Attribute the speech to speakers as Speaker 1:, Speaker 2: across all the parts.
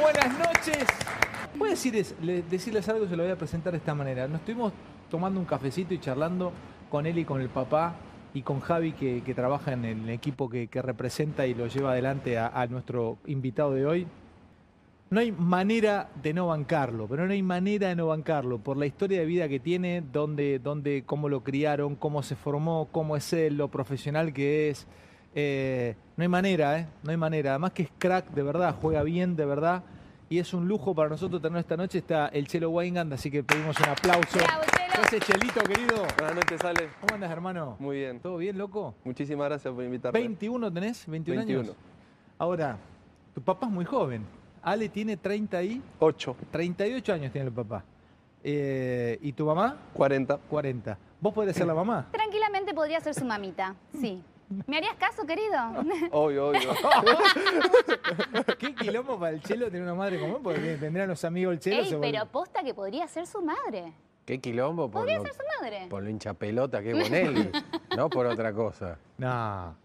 Speaker 1: buenas noches. Voy a decirles, le- decirles algo, se lo voy a presentar de esta manera. Nos estuvimos tomando un cafecito y charlando con él y con el papá y con Javi, que, que trabaja en el equipo que, que representa y lo lleva adelante a, a nuestro invitado de hoy. No hay manera de no bancarlo, pero no hay manera de no bancarlo por la historia de vida que tiene, dónde, dónde, cómo lo criaron, cómo se formó, cómo es él, lo profesional que es. Eh, no hay manera, ¿eh? No hay manera. Además que es crack de verdad, juega bien de verdad. Y es un lujo para nosotros tener esta noche. Está el Chelo Weingand, así que pedimos un aplauso.
Speaker 2: Bravo, Chelo.
Speaker 1: Gracias, Chelito, querido.
Speaker 3: Buenas noches, Ale.
Speaker 1: ¿Cómo andas, hermano?
Speaker 3: Muy bien.
Speaker 1: ¿Todo bien, loco?
Speaker 3: Muchísimas gracias por invitarme.
Speaker 1: 21 tenés, 21,
Speaker 3: 21.
Speaker 1: años. Ahora, tu papá es muy joven. Ale tiene 30 y
Speaker 3: 8,
Speaker 1: 38 años tiene el papá. Eh, ¿Y tu mamá?
Speaker 3: 40.
Speaker 1: 40. ¿Vos podés ser la mamá?
Speaker 2: Tranquilamente podría ser su mamita, sí. ¿Me harías caso, querido?
Speaker 3: Obvio, obvio.
Speaker 1: ¿Qué quilombo para el chelo tener una madre como él? Porque tendrán los amigos el chelo.
Speaker 2: Ey,
Speaker 1: se vuelve-
Speaker 2: pero posta que podría ser su madre.
Speaker 4: Qué quilombo por
Speaker 2: Podría
Speaker 4: lo,
Speaker 2: ser su madre.
Speaker 4: por lo hincha pelota que es Bonelli, no por otra cosa.
Speaker 1: No. no,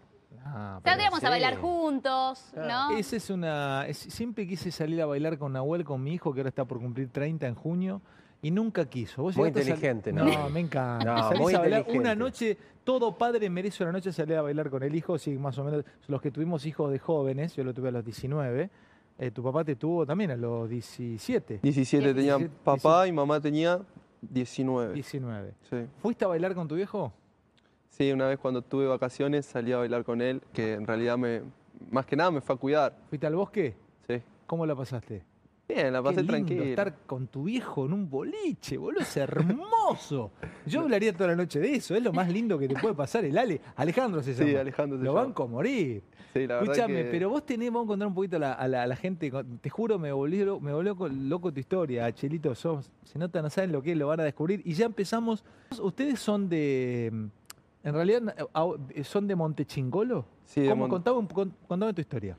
Speaker 1: pero-
Speaker 2: Saldríamos a
Speaker 4: sí.
Speaker 2: bailar juntos,
Speaker 1: Ah,
Speaker 4: Claro.
Speaker 2: ¿no?
Speaker 1: Esa es una. es- siempre quise salir a bailar con Nahuel, con mi hijo, que ahora está por cumplir 30 en junio, y nunca quiso. ¿Vos
Speaker 4: Muy
Speaker 1: llegaste a sal-
Speaker 4: inteligente,
Speaker 1: no.
Speaker 4: Nahuel.
Speaker 1: me encanta.
Speaker 4: No,
Speaker 1: Salís
Speaker 4: muy
Speaker 1: a bailar
Speaker 4: inteligente.
Speaker 1: una noche, todo padre merece una noche salir a bailar con el hijo, sí, más o menos. Los que tuvimos hijos de jóvenes, yo lo tuve a los 19. eh, tu papá te tuvo también a los 17.
Speaker 3: 17 tenía
Speaker 1: 17,
Speaker 3: papá y mamá tenía 19.
Speaker 1: 19.
Speaker 3: Sí.
Speaker 1: ¿Fuiste a bailar con tu viejo?
Speaker 3: sí, una vez cuando tuve vacaciones salí a bailar con él, que en realidad me, más que nada me fue a cuidar.
Speaker 1: ¿Fuiste al bosque?
Speaker 3: Sí.
Speaker 1: ¿Cómo la pasaste?
Speaker 3: Bien, la pasé
Speaker 1: Qué lindo
Speaker 3: tranquilo.
Speaker 1: estar con tu viejo en un boliche, boludo, es hermoso. Yo hablaría toda la noche de eso, es lo más lindo que te puede pasar el Ale. Alejandro se
Speaker 3: Sí,
Speaker 1: llama.
Speaker 3: Alejandro se
Speaker 1: Lo
Speaker 3: llama.
Speaker 1: banco a morir.
Speaker 3: Sí, la verdad
Speaker 1: Escúchame,
Speaker 3: que-
Speaker 1: pero vos tenés, vamos a contar un poquito a la, a la- a la gente, con- te juro, me volvió, lo- me volvió loco, loco tu historia, Chelito, sos, se nota, no saben lo que es, lo van a descubrir. Y ya empezamos, ustedes son de, mm, en realidad, eh, son de Montechingolo.
Speaker 3: Sí, de
Speaker 1: ¿Cómo?
Speaker 3: Mon-
Speaker 1: Contame un- con- contame tu historia.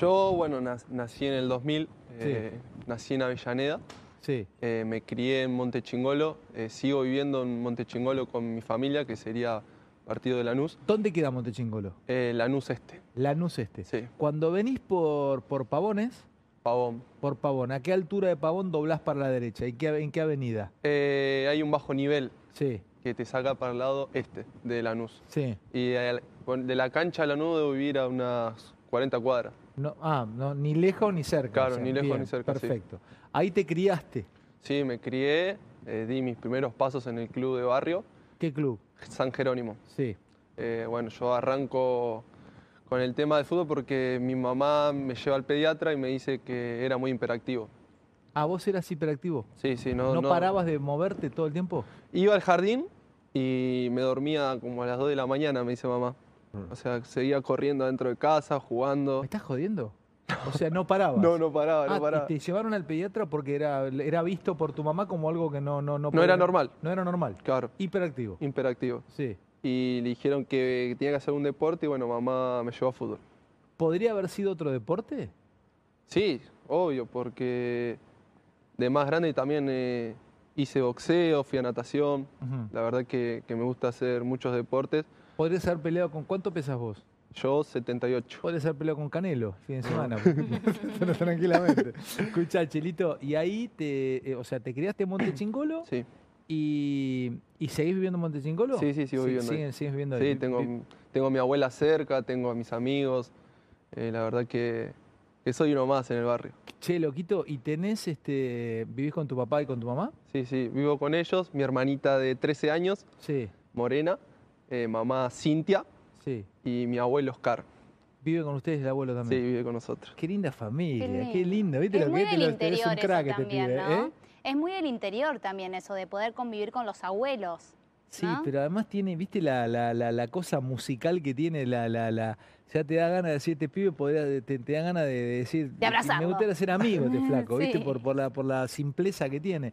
Speaker 3: Yo, bueno, nac- nací en el 2000, eh, nací en Avellaneda.
Speaker 1: Sí.
Speaker 3: Eh, me crié en Montechingolo, eh, sigo viviendo en Montechingolo con mi familia, que sería partido de Lanús.
Speaker 1: ¿Dónde queda Montechingolo?
Speaker 3: Eh, Lanús Este,
Speaker 1: Lanús este.
Speaker 3: Sí.
Speaker 1: Cuando venís por, por Pavones,
Speaker 3: Pavón.
Speaker 1: por Pavón, ¿a qué altura de Pavón doblás para la derecha? ¿Y qué, en qué avenida?
Speaker 3: Eh, hay un bajo nivel
Speaker 1: Sí,
Speaker 3: que te saca para el lado este de Lanús.
Speaker 1: sí.
Speaker 3: Y de la- de la cancha a Lanús debo vivir a unas 40 cuadras.
Speaker 1: No, ah, no, ni lejos ni cerca.
Speaker 3: Claro, ni lejos ni cerca, sí.
Speaker 1: Perfecto. Ahí te criaste.
Speaker 3: Sí, me crié, eh, di mis primeros pasos en el club de barrio,
Speaker 1: ¿Qué club?
Speaker 3: San Jerónimo.
Speaker 1: Sí.
Speaker 3: Eh, bueno, yo arranco con el tema del fútbol porque mi mamá me lleva al pediatra y me dice que era muy imperactivo.
Speaker 1: Ah, vos eras hiperactivo.
Speaker 3: Sí, sí, no,
Speaker 1: ¿No,
Speaker 3: no-
Speaker 1: parabas de moverte todo el tiempo?
Speaker 3: Iba al jardín y me dormía como a las 2 de la mañana, me dice mamá.
Speaker 1: Mm.
Speaker 3: O sea, seguía corriendo dentro de casa,
Speaker 1: ¿Me
Speaker 3: jugando.
Speaker 1: estás jodiendo? O sea, no parabas.
Speaker 3: No, no paraba,
Speaker 1: Ah,
Speaker 3: no
Speaker 1: y
Speaker 3: paraba.
Speaker 1: te llevaron al pediatra porque era, era visto por tu mamá como algo que no... No, no,
Speaker 3: No era normal.
Speaker 1: No era normal.
Speaker 3: Claro,
Speaker 1: Hiperactivo.
Speaker 3: imperactivo.
Speaker 1: Sí.
Speaker 3: Y le dijeron que tenía que hacer un deporte y bueno, mamá me llevó a fútbol.
Speaker 1: ¿Podría haber sido otro deporte?
Speaker 3: Sí, obvio, porque de más grande también eh, hice boxeo, fui a natación.
Speaker 1: Ujú.
Speaker 3: La verdad que, que me gusta hacer muchos deportes.
Speaker 1: Podrías haber peleado con. ¿Cuánto pesas vos?
Speaker 3: Yo 78.
Speaker 1: Podrías haber peleado con Canelo, fin de semana. Pero tranquilamente. Escucha, Chelito, y ahí te. eh, o sea, te criaste en Montechingolo
Speaker 3: Sí,
Speaker 1: y, y seguís viviendo en Montechingolo.
Speaker 3: Sí, sí, sigo viviendo ahí.
Speaker 1: Siguen, sigues viviendo ahí.
Speaker 3: sí tengo, tengo a mi abuela cerca, tengo a mis amigos. Eh, la verdad que, que soy uno más en el barrio.
Speaker 1: Che, loquito, ¿y tenés este. ¿Vivís con tu papá y con tu mamá?
Speaker 3: Sí, sí, vivo con ellos. Mi hermanita de 13 años,
Speaker 1: Sí,
Speaker 3: Morena, eh, mamá Cintia
Speaker 1: sí.
Speaker 3: y mi abuelo Oscar.
Speaker 1: Vive con ustedes el abuelo
Speaker 3: Sí,
Speaker 1: también.
Speaker 3: vive con nosotros.
Speaker 1: Qué linda familia,
Speaker 2: Qué
Speaker 1: qué, lindo.
Speaker 2: lindo.
Speaker 1: ¿Viste
Speaker 2: es
Speaker 1: lo
Speaker 2: muy
Speaker 1: que
Speaker 2: del
Speaker 1: es? Te- es
Speaker 2: interior
Speaker 1: un crack
Speaker 2: eso
Speaker 1: este
Speaker 2: también,
Speaker 1: pibe,
Speaker 2: ¿no?
Speaker 1: ¿eh?
Speaker 2: Es muy del interior también eso de poder convivir con los abuelos.
Speaker 1: Sí,
Speaker 2: ¿no?
Speaker 1: pero además tiene, viste, la, la, la, la cosa musical que tiene, la, la, la, ya te da ganas de decir, este pibe, podría- te, te da ganas de, de decir,
Speaker 2: De
Speaker 1: me
Speaker 2: abrazarlo".
Speaker 1: gustaría ser amigo este flaco, viste,
Speaker 2: Sí.
Speaker 1: por, por, la, por la simpleza que tiene.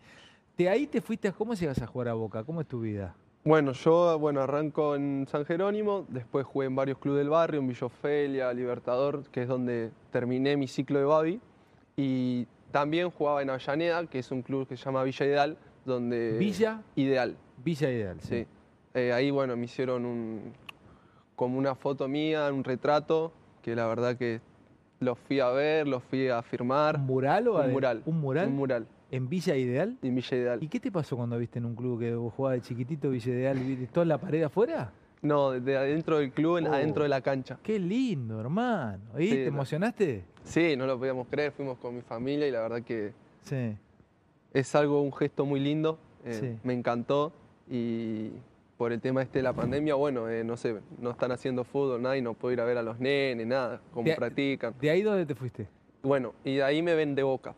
Speaker 1: De ahí te fuiste, a, ¿cómo llegas a jugar a Boca? ¿Cómo es tu vida?
Speaker 3: Bueno, yo bueno, arranco en San Jerónimo, después jugué en varios clubes del barrio, en Villofelia, Libertador, que es donde terminé mi ciclo de Babi. Y también jugaba en Avellaneda, que es un club que se llama Villa Ideal, donde...
Speaker 1: Villa,
Speaker 3: Ideal,
Speaker 1: Villa Ideal.
Speaker 3: Eh, sí. Eh, ahí, bueno, me hicieron un, como una foto mía, un retrato, que la verdad que Los fui a ver, los fui a firmar.
Speaker 1: ¿Un mural o
Speaker 3: Un
Speaker 1: ade-
Speaker 3: mural.
Speaker 1: ¿Un mural?
Speaker 3: Un mural.
Speaker 1: ¿En Villa Ideal?
Speaker 3: En Villa Ideal.
Speaker 1: ¿Y qué te pasó cuando viste en un club que vos jugabas de chiquitito Villa Ideal y viste toda la pared afuera?
Speaker 3: No, desde adentro del club, en-
Speaker 1: Oh.
Speaker 3: adentro de la cancha.
Speaker 1: Qué lindo, hermano. ¿Y
Speaker 3: Sí,
Speaker 1: te
Speaker 3: la-
Speaker 1: emocionaste?
Speaker 3: Sí, no lo podíamos creer, fuimos con mi familia y la verdad que
Speaker 1: Sí.
Speaker 3: es algo, un gesto muy lindo. eh,
Speaker 1: Sí.
Speaker 3: Me encantó y por el tema este de la pandemia, bueno, eh, no sé, no están haciendo fútbol, nada y no puedo ir a ver a los nenes, nada, como
Speaker 1: Te-
Speaker 3: practican.
Speaker 1: ¿De ahí dónde te fuiste?
Speaker 3: Bueno, y de ahí me ven de boca.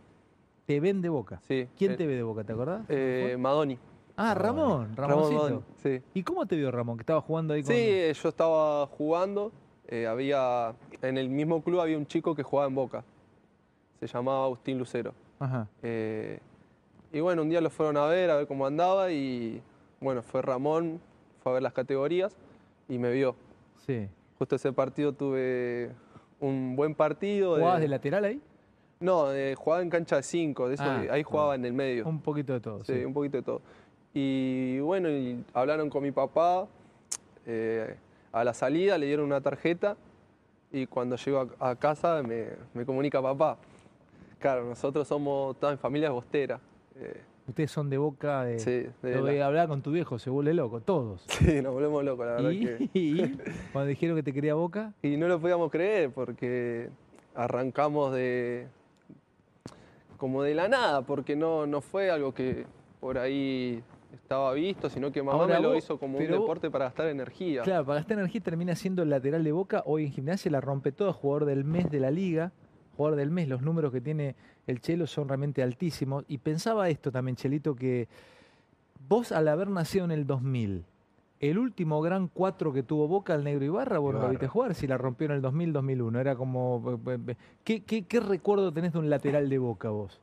Speaker 1: Te ven de boca.
Speaker 3: Sí.
Speaker 1: ¿Quién
Speaker 3: Eh,
Speaker 1: te ve de boca? ¿Te acordás?
Speaker 3: eh, Madoni.
Speaker 1: ah, Ramón, Ramoncito.
Speaker 3: Madoni, sí.
Speaker 1: ¿Y cómo te vio Ramón? Que estaba jugando ahí
Speaker 3: Sí,
Speaker 1: con.
Speaker 3: eh, yo estaba jugando, eh, había, en el mismo club había un chico que jugaba en Boca, se llamaba Agustín Lucero.
Speaker 1: Ajá.
Speaker 3: Eh, y bueno, un día lo fueron a ver, a ver cómo andaba y bueno, fue Ramón, fue a ver las categorías y me vio.
Speaker 1: Sí.
Speaker 3: Justo ese partido tuve un buen partido.
Speaker 1: ¿Jugabas de lateral ahí?
Speaker 3: No, eh, jugaba en cancha de 5, de eso,
Speaker 1: Ah,
Speaker 3: ahí jugaba
Speaker 1: bueno.
Speaker 3: en el medio.
Speaker 1: Un poquito de todo.
Speaker 3: Sí,
Speaker 1: Sí.
Speaker 3: un poquito de todo. Y bueno, y hablaron con mi papá. eh, a la salida le dieron una tarjeta y cuando llego a, a casa me, me comunica papá. Claro, nosotros somos toda mi familia es bostera. eh,
Speaker 1: Ustedes son de boca de.
Speaker 3: sí, de
Speaker 1: Lo de
Speaker 3: la-
Speaker 1: hablar con tu viejo, se vuelve loco, todos.
Speaker 3: sí, nos volvemos locos, la verdad
Speaker 1: ¿Y?
Speaker 3: que.
Speaker 1: y cuando dijeron que te quería boca,
Speaker 3: Y no lo podíamos creer porque arrancamos de. como de la nada, porque no, no fue algo que por ahí estaba visto, sino que mamá
Speaker 1: Ahora
Speaker 3: me lo
Speaker 1: vos-
Speaker 3: hizo como un
Speaker 1: pero vos-
Speaker 3: deporte para gastar energía.
Speaker 1: claro, para gastar energía termina siendo el lateral de boca. Hoy en gimnasia la rompe toda, jugador del mes de la liga. Jugador del mes, los números que tiene el Chelo son realmente altísimos. Y pensaba esto también, Chelito, que vos al haber nacido en el 2000, el último gran cuatro que tuvo Boca, el Negro Ibarra, vos no lo
Speaker 4: Ibarra.
Speaker 1: viste jugar, si la rompió en el 2000-2001. Era como... ¿Qué, qué, qué recuerdo tenés de un lateral de Boca vos?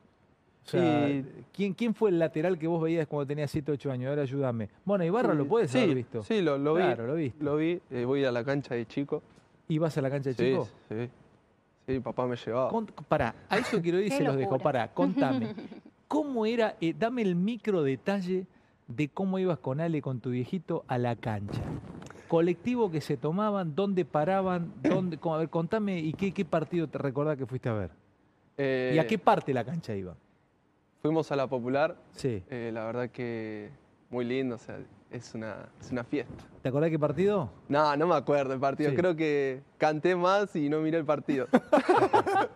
Speaker 1: O sea,
Speaker 3: Y-
Speaker 1: ¿quién, ¿quién fue el lateral que vos veías cuando tenías 7, 8 años? Ahora ayúdame. Bueno, Ibarra lo puedes
Speaker 3: sí,
Speaker 1: haber visto.
Speaker 3: Sí, lo, lo
Speaker 1: claro,
Speaker 3: vi.
Speaker 1: lo viste.
Speaker 3: Lo vi, eh, voy a la cancha de chico.
Speaker 1: ¿Ibas a la cancha de chico?
Speaker 3: Sí, sí. Sí, papá me llevaba.
Speaker 1: Cont- pará, a eso quiero ir y
Speaker 2: Qué
Speaker 1: se los dejo.
Speaker 2: locura.
Speaker 1: Pará, contame. ¿Cómo era? eh, dame el micro detalle de cómo ibas con Ale, con tu viejito, a la cancha. Colectivo que se tomaban, dónde paraban, dónde, cómo- a ver, contame y qué, qué partido te recordás que fuiste a ver.
Speaker 3: Eh,
Speaker 1: ¿Y a qué parte de la cancha iba?
Speaker 3: Fuimos a la popular.
Speaker 1: Sí.
Speaker 3: eh, la verdad que muy lindo, o sea, es una, es una fiesta.
Speaker 1: ¿Te acordás qué partido?
Speaker 3: No, no me acuerdo el partido.
Speaker 1: Sí.
Speaker 3: Creo que canté más y no miré el partido. la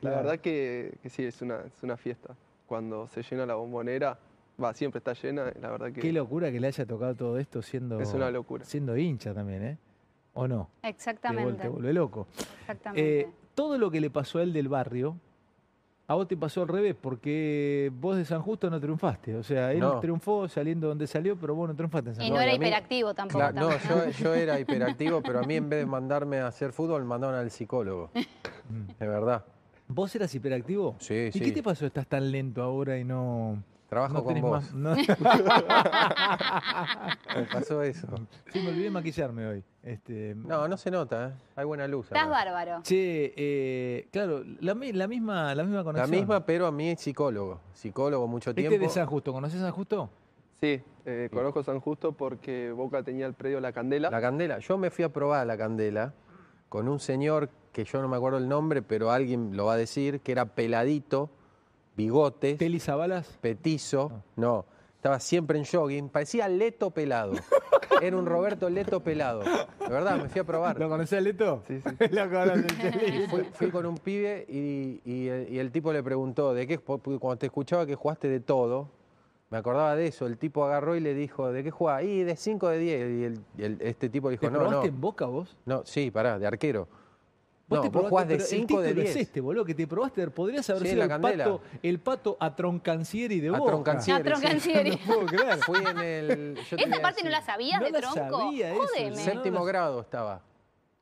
Speaker 1: Claro.
Speaker 3: verdad que, que sí, es una, es una fiesta. Cuando se llena la bombonera, va, siempre está llena, la verdad que
Speaker 1: Qué locura que le haya tocado todo esto siendo,
Speaker 3: es una locura.
Speaker 1: siendo hincha también, ¿eh? ¿O no? Te vuel-
Speaker 2: Exactamente.
Speaker 1: te vuelve loco.
Speaker 2: exactamente.
Speaker 1: Eh, todo lo que le pasó a él del barrio, a vos te pasó al revés, porque vos de San Justo no triunfaste. O sea, él
Speaker 4: No.
Speaker 1: triunfó saliendo donde salió, pero vos no triunfaste en San
Speaker 2: y
Speaker 1: Justo.
Speaker 2: no,
Speaker 4: no, y
Speaker 2: era
Speaker 4: a mí-
Speaker 2: hiperactivo tampoco.
Speaker 4: Cla- no,
Speaker 2: también, ¿no?
Speaker 4: yo, yo era hiperactivo, pero a mí en vez de mandarme a hacer fútbol, me mandaron al psicólogo.
Speaker 1: Mm.
Speaker 4: De verdad.
Speaker 1: ¿Vos eras hiperactivo?
Speaker 4: Sí,
Speaker 1: ¿Y
Speaker 4: sí.
Speaker 1: qué te pasó? Estás tan lento ahora y no,
Speaker 4: Trabajo
Speaker 1: no
Speaker 4: con
Speaker 1: tenés
Speaker 4: vos.
Speaker 1: más. no-
Speaker 4: Me pasó eso.
Speaker 1: Sí, me olvidé de maquillarme hoy. Este,
Speaker 4: No, no se nota, ¿eh? Hay buena luz.
Speaker 2: Estás
Speaker 4: acá.
Speaker 2: bárbaro.
Speaker 1: Che, eh, claro, la, mi- la misma, la misma
Speaker 4: La
Speaker 1: conexión.
Speaker 4: misma, pero a mí es psicólogo. Psicólogo mucho
Speaker 1: Este
Speaker 4: tiempo.
Speaker 1: es de San Justo, ¿conoces San Justo?
Speaker 3: Sí, eh, conozco San Justo porque Boca tenía el predio La Candela.
Speaker 4: La candela. Yo me fui a probar la candela con un señor que yo no me acuerdo el nombre, pero alguien lo va a decir, que era peladito, bigotes,
Speaker 1: Teli Zabalas. Ah.
Speaker 4: petizo. No, estaba siempre en jogging. Parecía Leto pelado. Era un Roberto Leto pelado. De verdad, me fui a probar.
Speaker 1: ¿Lo conoces, Leto?
Speaker 3: Sí, sí.
Speaker 1: Lo conoces, Teli.
Speaker 4: Fui, fui con un pibe y, y el, y el tipo le preguntó, ¿de qué? porque Cuando te escuchaba que jugaste de todo, me acordaba de eso. El tipo agarró y le dijo, ¿de qué jugaba? Y de 5 de 10. Y el- y el- este tipo dijo,
Speaker 1: ¿Te
Speaker 4: no, no.
Speaker 1: probaste en boca vos?
Speaker 4: No, sí, pará, de arquero.
Speaker 1: Vos
Speaker 4: no,
Speaker 1: te
Speaker 4: vos
Speaker 1: probaste,
Speaker 4: jugás de
Speaker 1: pero
Speaker 4: 5 de
Speaker 1: El título es
Speaker 4: 10.
Speaker 1: este, boludo, que te probaste. Podrías haber
Speaker 4: Sí,
Speaker 1: sido
Speaker 4: la
Speaker 1: el
Speaker 4: candela.
Speaker 1: pato, el pato a troncancieri de
Speaker 4: A
Speaker 1: Boca.
Speaker 4: Troncancieri.
Speaker 2: Ah, Troncancieri.
Speaker 1: No puedo creer.
Speaker 4: Fui en el. yo te voy
Speaker 2: Esa parte
Speaker 4: a
Speaker 2: no
Speaker 4: decir,
Speaker 2: la sabías
Speaker 1: No
Speaker 2: de
Speaker 1: la
Speaker 2: tronco.
Speaker 1: sabía eso,
Speaker 2: Jódeme.
Speaker 1: ¿no?
Speaker 4: Séptimo
Speaker 1: la-
Speaker 4: grado estaba.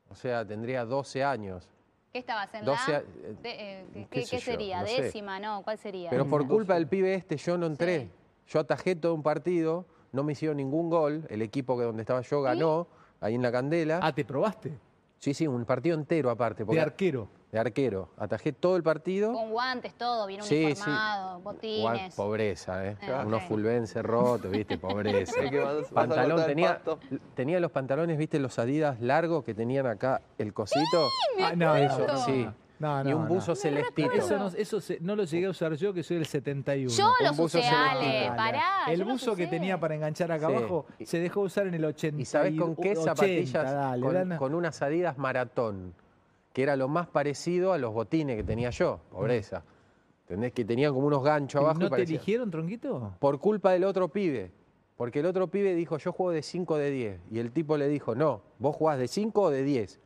Speaker 4: O sea, tendría 12 años.
Speaker 2: ¿Qué estabas en
Speaker 4: 12
Speaker 2: la?
Speaker 4: a-
Speaker 2: de- eh, ¿Qué,
Speaker 4: qué
Speaker 2: qué
Speaker 4: sé yo,
Speaker 2: sería?
Speaker 4: no sé.
Speaker 2: Décima, no, ¿cuál sería?
Speaker 4: Pero por culpa del pibe este yo no entré.
Speaker 2: Sí.
Speaker 4: Yo atajé todo un partido, no me hicieron ningún gol. El equipo que donde estaba yo ganó, ahí en la candela.
Speaker 1: Ah, te probaste.
Speaker 4: Sí, sí, un partido entero aparte.
Speaker 1: Ah. De
Speaker 4: porque-
Speaker 1: arquero.
Speaker 4: de arquero. Atajé todo el partido.
Speaker 2: Con guantes, todo, bien
Speaker 4: Sí, sí.
Speaker 2: uniformado,
Speaker 4: Igual,
Speaker 2: botines.
Speaker 4: pobreza, ¿eh?
Speaker 2: Ah,
Speaker 4: Unos
Speaker 2: ok.
Speaker 4: fulvense rotos, ¿viste? Pobreza.
Speaker 3: Hay que vas- vas a cortar
Speaker 4: Pantalón,
Speaker 3: el
Speaker 4: tenía,
Speaker 3: pasto.
Speaker 4: tenía los pantalones, ¿viste? Los adidas largos que tenían acá el cosito.
Speaker 1: Ah, no,
Speaker 4: Eso,
Speaker 2: acuerdo.
Speaker 4: sí.
Speaker 1: No, no,
Speaker 4: y un
Speaker 1: no.
Speaker 4: buzo celestito.
Speaker 1: Eso, no, eso se- no lo llegué a usar yo, que soy el 71.
Speaker 2: yo
Speaker 4: un
Speaker 2: los
Speaker 4: buzo
Speaker 2: usé, Ale,
Speaker 4: celestial.
Speaker 2: pará.
Speaker 1: el
Speaker 2: yo los
Speaker 1: buzo que
Speaker 2: usé.
Speaker 1: tenía para enganchar acá
Speaker 4: Sí.
Speaker 1: abajo se dejó usar en el 80.
Speaker 4: ¿Y sabes con qué
Speaker 1: 80,
Speaker 4: zapatillas?
Speaker 1: dale,
Speaker 4: con,
Speaker 1: Lana.
Speaker 4: con unas adidas maratón, que era lo más parecido a los botines que tenía yo, pobreza. ¿Entendés? Que tenían como unos ganchos abajo.
Speaker 1: ¿Y ¿No
Speaker 4: y
Speaker 1: te
Speaker 4: parecía-
Speaker 1: eligieron, Tronquito?
Speaker 4: Por culpa del otro pibe. Porque el otro pibe dijo, yo juego de 5 de 10. Y el tipo le dijo, no, vos jugás de 5 o de 10.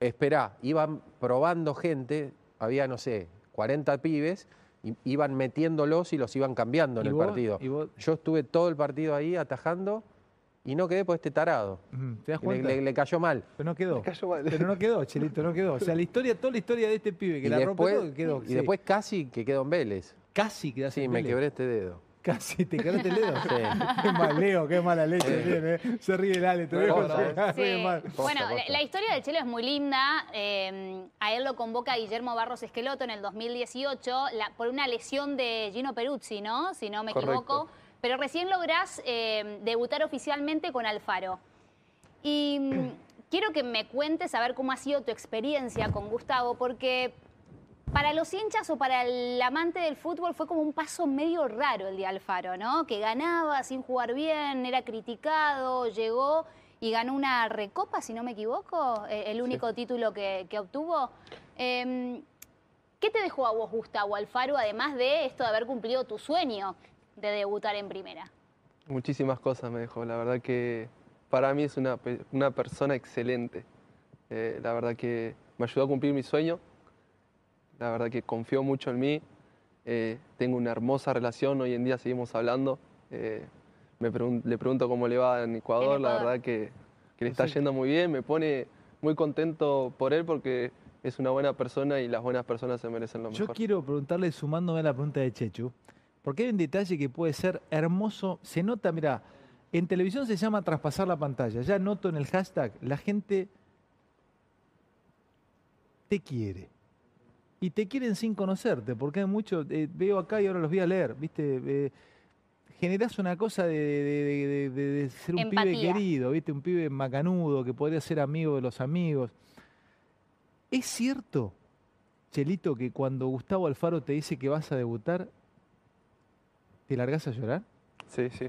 Speaker 4: Esperá, iban probando gente, había, no sé, 40 pibes, y iban metiéndolos y los iban cambiando en
Speaker 1: ¿Y
Speaker 4: el
Speaker 1: vos?
Speaker 4: partido.
Speaker 1: ¿Y vos?
Speaker 4: Yo estuve todo el partido ahí atajando y no quedé por este tarado.
Speaker 1: Ujú, Mm, ¿Te das
Speaker 4: Le,
Speaker 1: cuenta?
Speaker 4: le- le cayó mal.
Speaker 1: Pero no quedó.
Speaker 3: Me cayó mal.
Speaker 1: Pero no quedó, Chelito, no quedó. O sea, la historia, toda la historia de este pibe que
Speaker 4: y
Speaker 1: la
Speaker 4: después,
Speaker 1: rompe todo, quedó.
Speaker 4: y
Speaker 1: sí.
Speaker 4: después casi que quedó en Vélez.
Speaker 1: casi quedaste
Speaker 4: Sí,
Speaker 1: en
Speaker 4: me
Speaker 1: Vélez.
Speaker 4: quebré este dedo.
Speaker 1: Casi te quebraste el dedo.
Speaker 4: Sí.
Speaker 1: Qué mal Leo, qué mala leche
Speaker 4: Sí.
Speaker 1: tiene, eh. Se ríe el Ale, te
Speaker 4: No,
Speaker 1: dejo.
Speaker 4: no,
Speaker 1: se
Speaker 4: no.
Speaker 1: ríe
Speaker 2: Sí.
Speaker 1: mal.
Speaker 4: Posta,
Speaker 2: Bueno, la-
Speaker 4: posta.
Speaker 2: la historia del Chelo es muy linda. eh, a él lo convoca Guillermo Barros Esqueloto en el 2018 la- por una lesión de Gino Peruzzi, ¿no? Si no me
Speaker 3: Correcto.
Speaker 2: equivoco. Pero recién lográs eh, debutar oficialmente con Alfaro. Y mm, quiero que me cuentes a ver cómo ha sido tu experiencia con Gustavo, porque para los hinchas o para el amante del fútbol fue como un paso medio raro el de Alfaro, ¿no? Que ganaba sin jugar bien, era criticado, llegó y ganó una recopa, si no me equivoco, eh, el único título que, que obtuvo. Em, ¿Qué te dejó a vos, Gustavo Alfaro, además de esto de haber cumplido tu sueño de debutar en primera?
Speaker 3: Muchísimas cosas me dejó. La verdad que para mí es una, pe- una persona excelente. Eh, la verdad que me ayudó a cumplir mi sueño. La verdad que confió mucho en mí. Eh, tengo una hermosa relación. Hoy en día seguimos hablando. Eh, me pregun- le pregunto cómo le va en Ecuador.
Speaker 2: En
Speaker 3: La
Speaker 2: Ecuador.
Speaker 3: verdad que, que le está yendo muy bien. Me pone muy contento por él porque es una buena persona y las buenas personas se merecen lo
Speaker 1: Yo
Speaker 3: mejor.
Speaker 1: quiero preguntarle, sumándome a la pregunta de Chechu, porque hay un detalle que puede ser hermoso. Se nota, mira, en televisión se llama traspasar la pantalla. Ya noto en el hashtag, la gente te quiere. Y te quieren sin conocerte, porque hay mucho. eh, veo acá y ahora los voy a leer, ¿viste? Eh, generás una cosa de, de- de- de- de- de ser un pibe
Speaker 2: Empatía.
Speaker 1: querido, ¿viste? Un pibe macanudo que podría ser amigo de los amigos. ¿Es cierto, Chelito, que cuando Gustavo Alfaro te dice que vas a debutar, te largas a llorar?
Speaker 3: Sí, sí.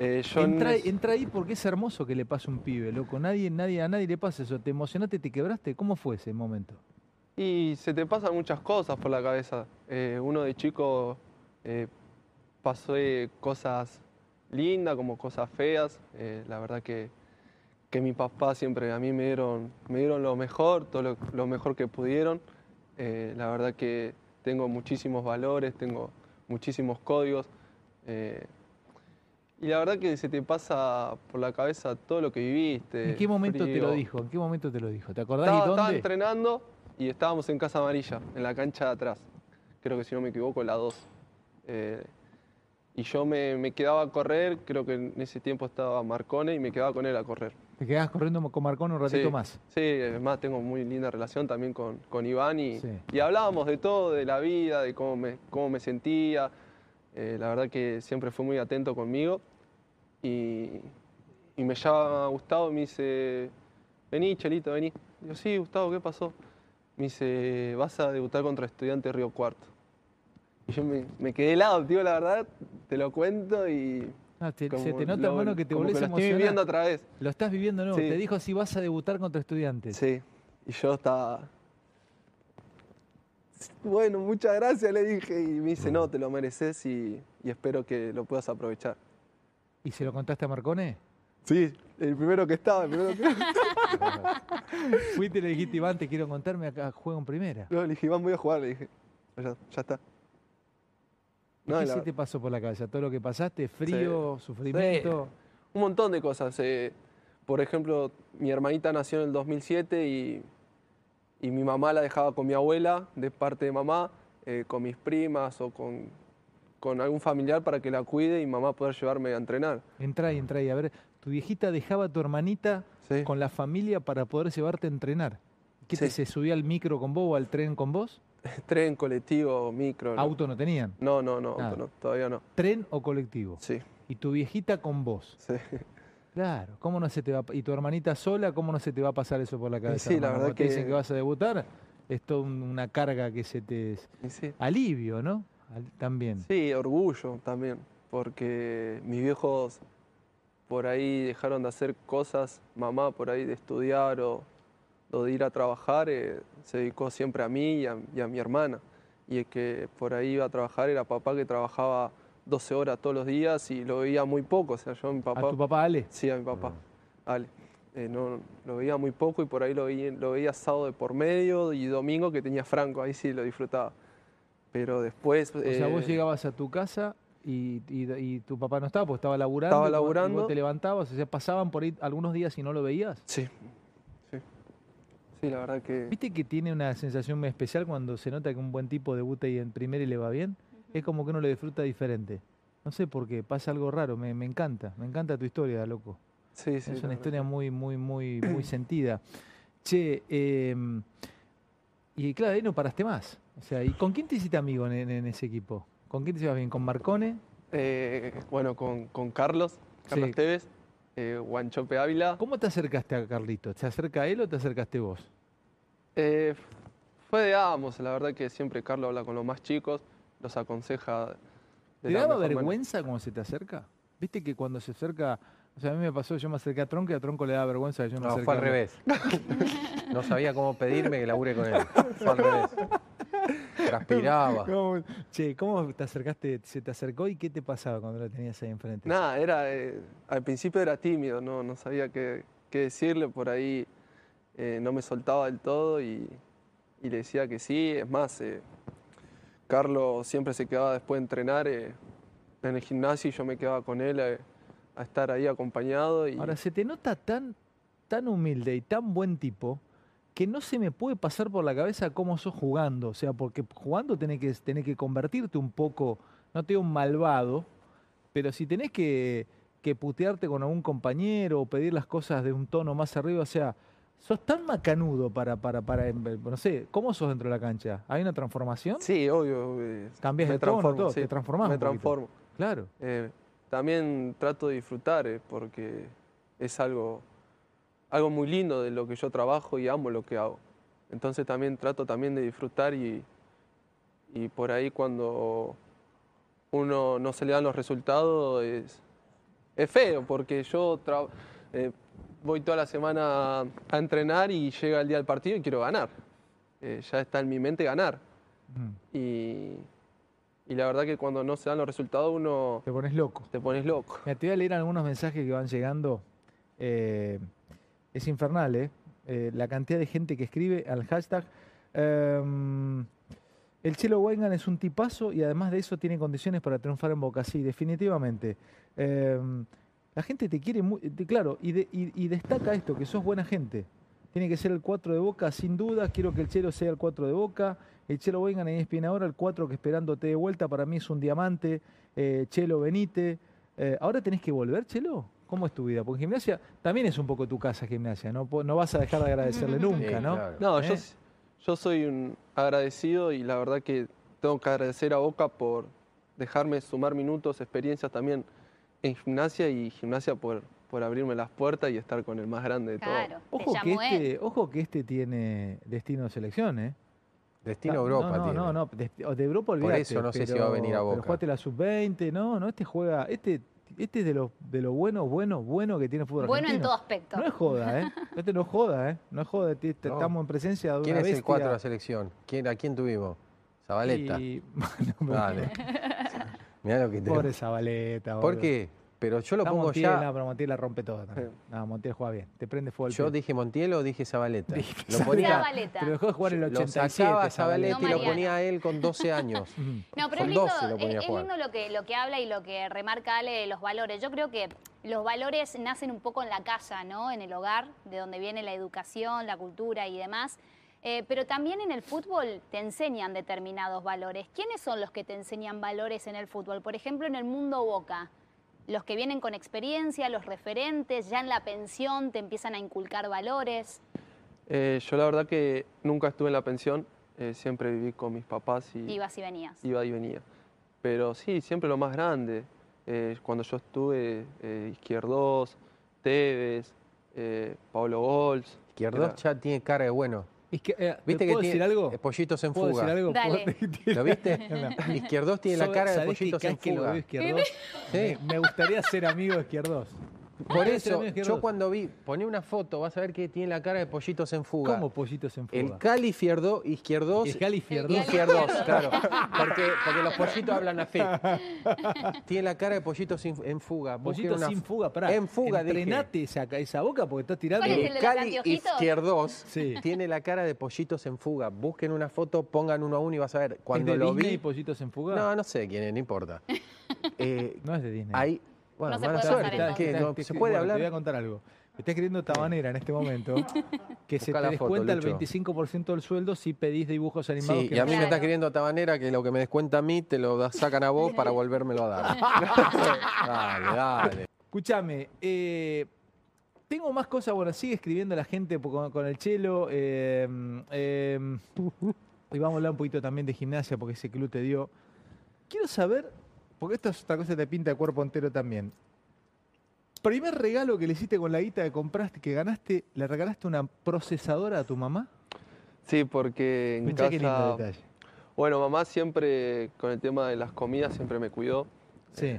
Speaker 3: Eh, yo en
Speaker 1: Entra,
Speaker 3: es-
Speaker 1: entra ahí porque es hermoso que le pase a un pibe, loco. Nadie, nadie, a nadie le pasa eso. ¿Te emocionaste, te quebraste? ¿Cómo fue ese momento?
Speaker 3: Y se te pasan muchas cosas por la cabeza. Eh, uno de chico eh, pasó de cosas lindas como cosas feas. Eh, la verdad que, que mi papá siempre a mí me dieron, me dieron lo mejor, todo lo, lo mejor que pudieron. Eh, la verdad que tengo muchísimos valores, tengo muchísimos códigos. Eh, y la verdad que se te pasa por la cabeza todo lo que viviste.
Speaker 1: ¿En qué momento te lo
Speaker 3: frío.
Speaker 1: dijo? ¿En qué momento te lo dijo? ¿Te acordás
Speaker 3: Estaba,
Speaker 1: y
Speaker 3: estaba
Speaker 1: dónde?
Speaker 3: entrenando y estábamos en Casa Amarilla, en la cancha de atrás. Creo que si no me equivoco, la 2. Eh, y yo me, me quedaba a correr, creo que en ese tiempo estaba Marcone y me quedaba con él a correr.
Speaker 1: Te quedabas corriendo con Marcón un ratito
Speaker 3: Sí,
Speaker 1: más.
Speaker 3: Sí, además tengo muy linda relación también con, con Iván y,
Speaker 1: Sí.
Speaker 3: y hablábamos de todo, de la vida, de cómo me, cómo me sentía. Eh, la verdad que siempre fue muy atento conmigo y, y me llama Gustavo y me dice, vení Chelito, vení. Digo, sí, Gustavo, ¿qué pasó? Me dice, vas a debutar contra Estudiante Río Cuarto. Y yo me, me quedé helado, tío, la verdad, te lo cuento y...
Speaker 1: Ah, te- se
Speaker 3: como
Speaker 1: te nota,
Speaker 3: lo-
Speaker 1: hermano, que te
Speaker 3: como
Speaker 1: volvés a
Speaker 3: lo estoy viviendo
Speaker 1: emocionar.
Speaker 3: otra vez.
Speaker 1: Lo estás viviendo, ¿no?
Speaker 3: Sí.
Speaker 1: Te dijo si vas a debutar contra estudiantes.
Speaker 3: Sí, y yo estaba... Bueno, muchas gracias, le dije, y me dice, no, te lo mereces y, y espero que lo puedas aprovechar.
Speaker 1: ¿Y se lo contaste a Marcone?
Speaker 3: Sí, el primero que estaba, el primero que...
Speaker 1: Fuiste y le dijiste, Iván, te quiero contarme, acá juego en primera.
Speaker 3: No, le dije, Iván, voy a jugar, le dije, ya, ya está.
Speaker 1: ¿Y
Speaker 3: No,
Speaker 1: ¿Qué
Speaker 3: la-
Speaker 1: se te pasó por la cabeza? Todo lo que pasaste, frío, sufrimiento.
Speaker 3: un montón de cosas. eh, por ejemplo, mi hermanita nació en el 2007 y, y mi mamá la dejaba con mi abuela, de parte de mamá, eh, con mis primas o con, con algún familiar para que la cuide y mamá poder llevarme a entrenar.
Speaker 1: Entra y entra y a ver. tu viejita dejaba a tu hermanita
Speaker 3: Sí.
Speaker 1: con la familia para poder llevarte a entrenar. ¿Qué te-
Speaker 3: Sí.
Speaker 1: se subía al micro con vos o al tren con vos?
Speaker 3: Tren, colectivo, micro. ¿no?
Speaker 1: Auto no tenían.
Speaker 3: No, no, no,
Speaker 1: Nada.
Speaker 3: auto no, todavía no.
Speaker 1: Tren o colectivo.
Speaker 3: Sí,
Speaker 1: Y tu viejita con vos.
Speaker 3: sí.
Speaker 1: Claro, ¿cómo no se te va a pa- y tu hermanita sola, cómo no se te va a pasar eso por la cabeza?
Speaker 3: sí, la
Speaker 1: hermano?
Speaker 3: verdad
Speaker 1: Cuando te
Speaker 3: que-
Speaker 1: dicen que vas a debutar, es toda un- una carga que se te
Speaker 3: Y sí.
Speaker 1: alivio, ¿no? Al- También.
Speaker 3: Sí, orgullo también, porque mis viejos por ahí dejaron de hacer cosas, mamá por ahí de estudiar o, o de ir a trabajar, eh, se dedicó siempre a mí y a, y a mi hermana. Y el que por ahí iba a trabajar era papá que trabajaba 12 horas todos los días y lo veía muy poco, o sea, yo a mi papá...
Speaker 1: A tu papá Ah. Ale.
Speaker 3: Sí, a mi papá, Ale. Eh, no, lo veía muy poco y por ahí lo veía, lo veía sábado de por medio y domingo que tenía Franco, ahí sí lo disfrutaba. Pero después...
Speaker 1: O sea, vos
Speaker 3: eh,
Speaker 1: llegabas a tu casa y, y- y tu papá no estaba, porque estaba laburando.
Speaker 3: Estaba
Speaker 1: y vos- y
Speaker 3: laburando.
Speaker 1: vos te levantabas, o sea, pasaban por ahí algunos días y no lo veías.
Speaker 3: Sí, sí. Sí, la verdad que.
Speaker 1: ¿Viste que tiene una sensación muy especial cuando se nota que un buen tipo debuta y en primera y le va bien? Es como que uno lo disfruta diferente. No sé por qué, pasa algo raro, me, me encanta, me encanta tu historia, loco.
Speaker 3: Sí, sí.
Speaker 1: es
Speaker 3: la
Speaker 1: una
Speaker 3: verdad
Speaker 1: historia muy, muy, muy, muy sentida. Che, em, y claro, ahí no paraste más. O sea, ¿y con quién te hiciste amigo en, en- en ese equipo? ¿Con quién te llevas bien? ¿Con Marcone?
Speaker 3: que- Eh, bueno, con, con Carlos, Carlos
Speaker 1: Sí.
Speaker 3: Tevez, eh, Guanchope Ávila.
Speaker 1: ¿Cómo te acercaste a Carlito? ¿Te acerca él o te acercaste vos?
Speaker 3: Eh, fue de ambos, la verdad que siempre Carlos habla con los más chicos, los aconseja. de
Speaker 1: ¿Te
Speaker 3: la
Speaker 1: daba
Speaker 3: mejor manera.
Speaker 1: vergüenza cuando se te acerca? ¿Viste que cuando se acerca... O sea, a mí me pasó, yo me acerqué a Tronco y a Tronco le daba vergüenza que yo me
Speaker 4: No,
Speaker 1: acercara.
Speaker 4: fue al revés. No sabía cómo pedirme que labure con él. Fue al revés. Transpiraba.
Speaker 1: ¿Cómo- che, ¿cómo te acercaste? ¿Se te acercó y qué te pasaba cuando lo tenías ahí enfrente?
Speaker 3: Nada, era, eh, al principio era tímido, no, no sabía qué, qué decirle, por ahí eh, no me soltaba del todo y, y le decía que sí. Es más, eh, Carlos siempre se quedaba después de entrenar eh, en el gimnasio y yo me quedaba con él eh, a estar ahí acompañado. Y,
Speaker 1: Ahora, se te nota tan, tan humilde y tan buen tipo que no se me puede pasar por la cabeza cómo sos jugando. O sea, porque jugando tenés que, tenés que convertirte un poco, no te digo un malvado, pero si tenés que, que putearte con algún compañero o pedir las cosas de un tono más arriba, o sea, sos tan macanudo para, para, para, no sé, ¿cómo sos dentro de la cancha? ¿Hay una transformación?
Speaker 3: Sí, obvio. eh,
Speaker 1: Cambias
Speaker 3: me
Speaker 1: el tono,
Speaker 3: transformo,
Speaker 1: todo,
Speaker 3: sí,
Speaker 1: te transformás
Speaker 3: Me
Speaker 1: un poquito.
Speaker 3: transformo.
Speaker 1: Claro.
Speaker 3: Eh, también trato de disfrutar eh, porque es algo, algo muy lindo de lo que yo trabajo y amo lo que hago. Entonces también trato también de disfrutar y, y por ahí cuando uno no se le dan los resultados es, es feo porque yo tra- eh, voy toda la semana a entrenar y llega el día del partido y quiero ganar. Eh, ya está en mi mente ganar.
Speaker 1: Mm,
Speaker 3: Y, y la verdad que cuando no se dan los resultados uno
Speaker 1: Te pones loco.
Speaker 3: te pones loco.
Speaker 1: Mira, te voy a leer algunos mensajes que van llegando. Eh, es infernal, ¿eh? Eh, La cantidad de gente que escribe al hashtag. Em, el Chelo Wengan es un tipazo y además de eso tiene condiciones para triunfar en Boca. Sí, definitivamente. Em, la gente te quiere muy. te- claro, y, de- y- y destaca esto: que sos buena gente. Tiene que ser el 4 de Boca, sin duda. Quiero que el Chelo sea el 4 de Boca. El Chelo Wengan en ESPN ahora, el 4 que esperándote de vuelta. Para mí es un diamante. Eh, Chelo, venite. Eh, ¿Ahora tenés que volver, Chelo? ¿Cómo es tu vida? Porque gimnasia también es un poco tu casa, gimnasia. No, Po- no vas a dejar de agradecerle nunca,
Speaker 4: Sí,
Speaker 1: ¿no?
Speaker 4: claro.
Speaker 3: No, yo,
Speaker 1: ¿Eh?
Speaker 3: s- yo soy un agradecido y la verdad que tengo que agradecer a Boca por dejarme sumar minutos, experiencias también en gimnasia y gimnasia por, por abrirme las puertas y estar con el más grande de
Speaker 2: Claro,
Speaker 1: Ojo
Speaker 2: te
Speaker 1: que,
Speaker 2: llamó él.
Speaker 1: este, ojo que este tiene destino de selección, ¿eh?
Speaker 4: Destino
Speaker 1: Ta-
Speaker 4: Europa.
Speaker 1: No, no,
Speaker 4: tiene.
Speaker 1: no, no, desti- o de Europa olvidate.
Speaker 4: eso no sé si va a venir a
Speaker 1: pero
Speaker 4: Boca.
Speaker 1: jugate la sub-20, no, no, este juega, este, este es de los de lo bueno, bueno, bueno que tiene el fútbol
Speaker 2: Bueno en
Speaker 1: argentino.
Speaker 2: todo aspecto.
Speaker 1: No es joda, ¿eh? Este no es joda, ¿eh? No es joda, este- este-
Speaker 4: No.
Speaker 1: estamos en presencia de una
Speaker 4: ¿Quién es el
Speaker 1: bestia.
Speaker 4: 4 de la selección? ¿Quién, ¿A quién tuvimos? Zabaleta.
Speaker 1: Y- Bueno, pero-
Speaker 4: Dale. Mirá lo que tenemos.
Speaker 1: Pobre Zabaleta.
Speaker 4: ¿Por
Speaker 1: boludo.
Speaker 4: qué? Pero yo lo
Speaker 1: Está
Speaker 4: pongo
Speaker 1: Montiel, no,
Speaker 4: ya.
Speaker 1: pero Montiel la rompe toda. también. No, Montiel juega bien. Te prende fuego el
Speaker 4: Yo
Speaker 1: pie.
Speaker 4: dije Montiel o dije Zabaleta. Lo ponía.
Speaker 2: Zabaleta.
Speaker 1: Te lo dejó de jugar el
Speaker 4: Lo
Speaker 1: 87.
Speaker 4: sacaba a
Speaker 1: Zabaleta.
Speaker 4: Zabaleta y lo
Speaker 2: Mariano.
Speaker 4: ponía a él con 12 años.
Speaker 1: Ujú.
Speaker 2: No, pero es
Speaker 4: Con
Speaker 2: lindo,
Speaker 4: 12 lo ponía
Speaker 2: es-
Speaker 4: a
Speaker 2: es
Speaker 4: jugar.
Speaker 2: lindo lo que, lo que habla y lo que remarca Ale de los valores. Yo creo que los valores nacen un poco en la casa, ¿no? En el hogar, de donde viene la educación, la cultura y demás. Eh, pero también en el fútbol te enseñan determinados valores. ¿Quiénes son los que te enseñan valores en el fútbol? Por ejemplo, en el mundo Boca. los que vienen con experiencia, los referentes, ya en la pensión te empiezan a inculcar valores.
Speaker 3: Eh, yo la verdad que nunca estuve en la pensión, eh, siempre viví con mis papás y
Speaker 2: Ibas y venías.
Speaker 3: iba Mm. y venía. Pero sí, siempre lo más grande. Eh, cuando yo estuve, eh, Izquierdos, Tevez, eh, Pablo Gols.
Speaker 4: Izquierdos
Speaker 3: Era-
Speaker 4: ya tiene cara de bueno.
Speaker 1: Es que, eh,
Speaker 4: ¿Viste que
Speaker 1: ¿Puedo
Speaker 4: tiene
Speaker 1: decir algo?
Speaker 4: eh, pollitos en
Speaker 1: ¿Puedo
Speaker 4: fuga?
Speaker 1: decir algo?
Speaker 2: Dale.
Speaker 1: ¿Puedo-
Speaker 4: ¿Lo viste?
Speaker 1: No.
Speaker 4: Izquierdos tiene la
Speaker 1: Yo,
Speaker 4: cara de
Speaker 1: ¿sabés que
Speaker 4: pollitos
Speaker 1: cada
Speaker 4: en
Speaker 1: vez que lo veo
Speaker 4: fuga.
Speaker 1: Izquierdos,
Speaker 4: Sí.
Speaker 1: me- me gustaría ser amigo de Izquierdos.
Speaker 4: Por
Speaker 1: Quiero ser
Speaker 4: eso,
Speaker 1: amigo de
Speaker 4: yo
Speaker 1: Izquierdos.
Speaker 4: cuando vi, poné una foto, vas a ver que tiene la cara de pollitos en fuga.
Speaker 1: ¿Cómo pollitos en fuga?
Speaker 4: El Cali Fierdo, Izquierdos,
Speaker 1: El Cali Fierdós.
Speaker 4: Izquierdos, claro. Porque, porque los pollitos hablan así. Tiene la cara de pollitos sin- en fuga. Busquen
Speaker 1: Pollitos
Speaker 4: una-
Speaker 1: sin fuga, pará.
Speaker 4: En fuga, dije.
Speaker 1: Entrenate esa, ca- esa boca porque estás tirando.
Speaker 2: ¿Cuál es el de los
Speaker 4: Cali
Speaker 2: anteojitos?
Speaker 4: Izquierdos
Speaker 1: Sí.
Speaker 4: tiene la cara de pollitos en fuga. Busquen una foto, pongan uno a uno y vas a ver. Cuando
Speaker 1: ¿Es de
Speaker 4: lo
Speaker 1: Disney,
Speaker 4: vi.
Speaker 1: pollitos en fuga?
Speaker 4: No, no sé quién es, no importa. Eh,
Speaker 1: No es de Disney.
Speaker 4: hay. Bueno,
Speaker 2: No se
Speaker 4: mala
Speaker 2: puede
Speaker 4: suerte.
Speaker 2: pasar
Speaker 4: ¿Qué?
Speaker 1: Está-
Speaker 4: ¿No
Speaker 1: está-
Speaker 4: ¿Se
Speaker 1: bueno,
Speaker 4: puede
Speaker 1: Te voy a
Speaker 4: hablar?
Speaker 1: contar algo. Está escribiendo Tabanera en este momento que se
Speaker 4: Buscá
Speaker 1: te
Speaker 4: la foto,
Speaker 1: descuenta el
Speaker 4: Lucho.
Speaker 1: 25% del sueldo si pedís dibujos animados.
Speaker 4: Sí,
Speaker 1: que
Speaker 4: y a
Speaker 1: no
Speaker 4: mí me
Speaker 1: sean-
Speaker 4: está
Speaker 2: Claro.
Speaker 4: queriendo Tabanera que lo que me descuenta a mí te lo da- sacan a vos para volvérmelo a dar. dale, dale.
Speaker 1: Escúchame, eh, tengo más cosas. Bueno, sigue escribiendo la gente po- con, con el chelo. eh, eh, y vamos a hablar un poquito también de gimnasia porque ese club te dio. Quiero saber, porque esto es otra cosa que te pinta el cuerpo entero también. Primer regalo que le hiciste con la guita que compraste, que ganaste, ¿le regalaste una procesadora a tu mamá?
Speaker 3: Sí, porque en
Speaker 1: Mirá qué lindo
Speaker 3: casa.
Speaker 1: detalle.
Speaker 3: Bueno, mamá siempre, con el tema de las comidas, siempre me cuidó.
Speaker 1: Sí.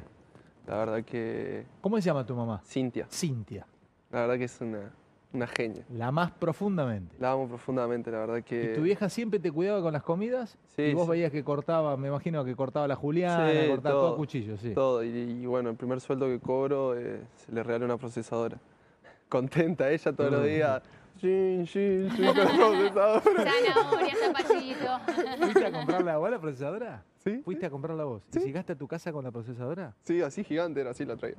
Speaker 3: La verdad que.
Speaker 1: ¿Cómo se llama tu mamá?
Speaker 3: Cintia.
Speaker 1: Cintia.
Speaker 3: La verdad que es una, una genia.
Speaker 1: La más profundamente.
Speaker 3: La amo profundamente, la verdad que.
Speaker 1: ¿Y tu vieja siempre te cuidaba con las comidas?
Speaker 3: Eh, Sí,
Speaker 1: y vos
Speaker 3: sí.
Speaker 1: veías que cortaba, me imagino que cortaba la Juliana,
Speaker 3: Sí,
Speaker 1: cortaba todo,
Speaker 3: todo,
Speaker 1: a cuchillo, sí.
Speaker 3: Todo. Y, y bueno, el primer sueldo que cobro eh, se le regaló una procesadora. Contenta ella todos
Speaker 1: Ah.
Speaker 3: los días. Chin, chin, chin, con la procesadora.
Speaker 2: Zanahoria, zapallito.
Speaker 1: ¿Fuiste a comprar la, la procesadora?
Speaker 3: Sí,
Speaker 1: ¿Fuiste a comprar la voz? ¿Y llegaste a tu casa con la procesadora?
Speaker 3: sí, así gigante era, así la traía.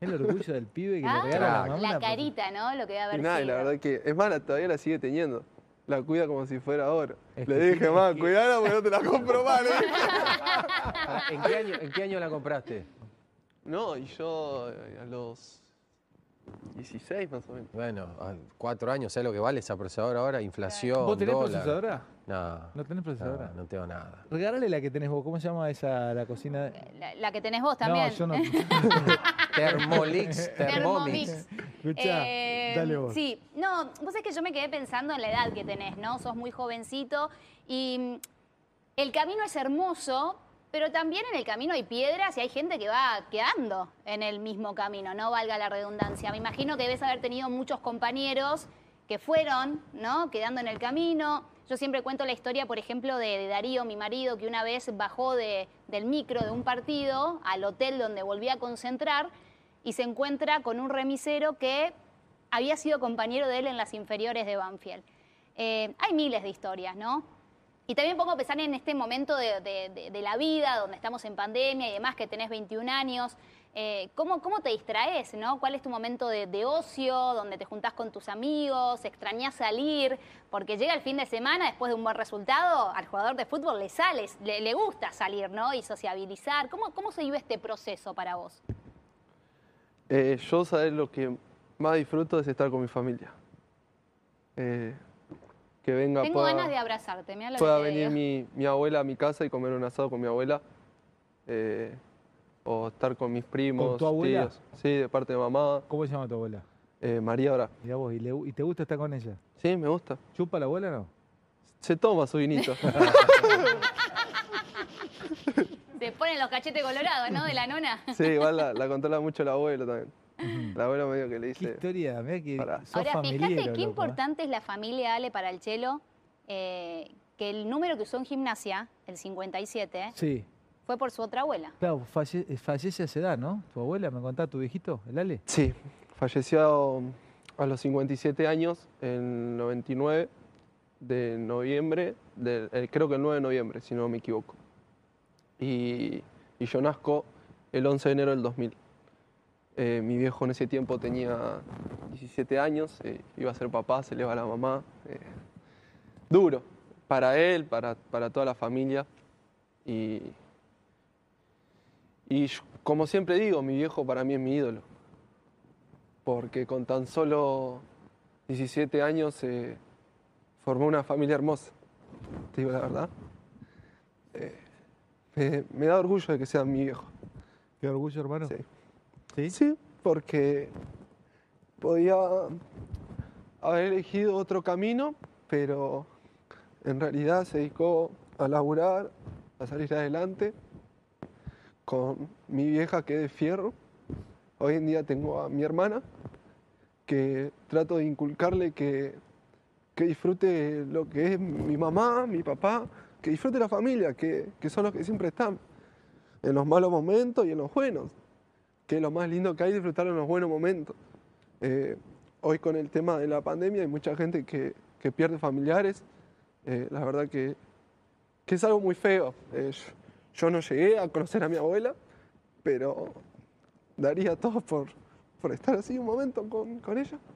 Speaker 1: El orgullo del pibe que le
Speaker 2: Ah,
Speaker 1: regala a la
Speaker 4: crack.
Speaker 1: mamá.
Speaker 2: la
Speaker 1: una
Speaker 2: carita, ¿no? Lo que debe
Speaker 3: Y
Speaker 2: haber
Speaker 3: nada, y la
Speaker 2: sido.
Speaker 3: verdad que. Es mala, todavía la sigue teniendo. La cuida como si fuera ahora.
Speaker 1: Es que
Speaker 3: le dije,
Speaker 1: sí,
Speaker 3: ma,
Speaker 1: es que-
Speaker 3: cuidala porque no te la compro mal.
Speaker 4: Pará, ¿En qué, año, en qué año la compraste?
Speaker 3: No, y yo eh, a los 16 más o menos.
Speaker 4: Bueno, a cuatro años, ¿sabes lo que vale esa procesadora ahora? Inflación,
Speaker 1: proce- ¿Vos tenés
Speaker 4: dólar.
Speaker 1: procesadora?
Speaker 4: No,
Speaker 1: ¿No tenés procesadora?
Speaker 3: Ah.
Speaker 4: no, no tengo nada.
Speaker 1: Regálale la que tenés vos. ¿Cómo se llama esa, la cocina?
Speaker 2: La, la que tenés vos también.
Speaker 1: No, yo no.
Speaker 4: Thermolix, Thermomix.
Speaker 2: Thermomix.
Speaker 1: Escuchá,
Speaker 2: Eh,
Speaker 1: dale vos.
Speaker 2: Sí, no, vos es que yo me quedé pensando en la edad que tenés, ¿no? Sos muy jovencito y mm, el camino es hermoso, pero también en el camino hay piedras y hay gente que va quedando en el mismo camino, no valga la redundancia. Me imagino que debes haber tenido muchos compañeros que fueron, ¿no? Quedando en el camino. Yo siempre cuento la historia, por ejemplo, de, de Darío, mi marido, que una vez bajó de- del micro de un partido al hotel donde volví a concentrar y se encuentra con un remisero que había sido compañero de él en las inferiores de Banfield. Eh, hay miles de historias, ¿no? Y también pongo a pensar en este momento de, de- de- de la vida, donde estamos en pandemia y demás, que tenés 21 años. Eh, ¿cómo, ¿Cómo te distraes, no? ¿Cuál es tu momento de, de ocio, donde te juntás con tus amigos, extrañás salir? Porque llega el fin de semana, después de un buen resultado, al jugador de fútbol le sales, le, le gusta salir, ¿no? Y sociabilizar. ¿Cómo, ¿Cómo se vive este proceso para vos?
Speaker 3: Eh, yo saber lo que más disfruto es estar con mi familia. Eh, que venga
Speaker 2: Tengo
Speaker 3: pueda,
Speaker 2: ganas de abrazarte, mirá lo
Speaker 3: pueda
Speaker 2: que te digo.
Speaker 3: venir mi, mi abuela a mi casa y comer un asado con mi abuela. eh, o estar con mis primos,
Speaker 1: tu abuela?
Speaker 3: tíos. Sí, de parte de mamá.
Speaker 1: ¿Cómo se llama tu abuela?
Speaker 3: Eh, María ahora.
Speaker 1: Mirá vos, ¿y, le- y te gusta estar con ella?
Speaker 3: Sí, me gusta.
Speaker 1: ¿Chupa la abuela o no?
Speaker 3: Se toma su vinito.
Speaker 2: Se ponen los cachetes colorados, ¿no? De la nona.
Speaker 3: sí, igual la, la controla mucho la abuela también. La abuela medio que le
Speaker 1: Qué
Speaker 3: dice...
Speaker 1: historia, mirá que
Speaker 3: Pará.
Speaker 1: sos
Speaker 2: Ahora,
Speaker 1: familiero,
Speaker 2: fíjate qué
Speaker 1: loco, ¿eh?
Speaker 2: importante es la familia Ale para el chelo, eh, que el número que usó en gimnasia, el 57,
Speaker 1: Sí.
Speaker 2: fue por su otra abuela.
Speaker 1: Claro, falle- eh, fallece a esa edad, ¿no? Tu abuela, me contaba tu viejito, el Ale.
Speaker 3: Sí, falleció a los 57 años, el 99 de noviembre, del- eh, creo que el 9 de noviembre, si no me equivoco. Y, y yo nazco el 11 de enero del 2000. Eh, mi viejo en ese tiempo tenía 17 años, eh, iba a ser papá, se le va la mamá. eh, duro, para él, para, para toda la familia. Y, Y yo- como siempre digo, mi viejo para mí es mi ídolo. Porque con tan solo 17 años se formó una familia hermosa. Te digo la verdad. Eh, me- me da orgullo de que sea mi viejo.
Speaker 1: Qué orgullo, hermano.
Speaker 3: Sí.
Speaker 1: ¿Sí?
Speaker 3: Sí, porque podía haber elegido otro camino, pero en realidad se dedicó a laburar, a salir adelante con mi vieja que es de fierro. Hoy en día tengo a mi hermana que trato de inculcarle que, que disfrute lo que es mi mamá, mi papá, que disfrute la familia, que, que son los que siempre están en los malos momentos y en los buenos que lo más lindo que hay es disfrutar en los buenos momentos. Eh, hoy con el tema de la pandemia hay mucha gente que, que pierde familiares. Eh, la verdad que, que es algo muy feo. Eh, yo- yo no llegué a conocer a mi abuela, pero daría todo por, por estar así un momento con, con ella.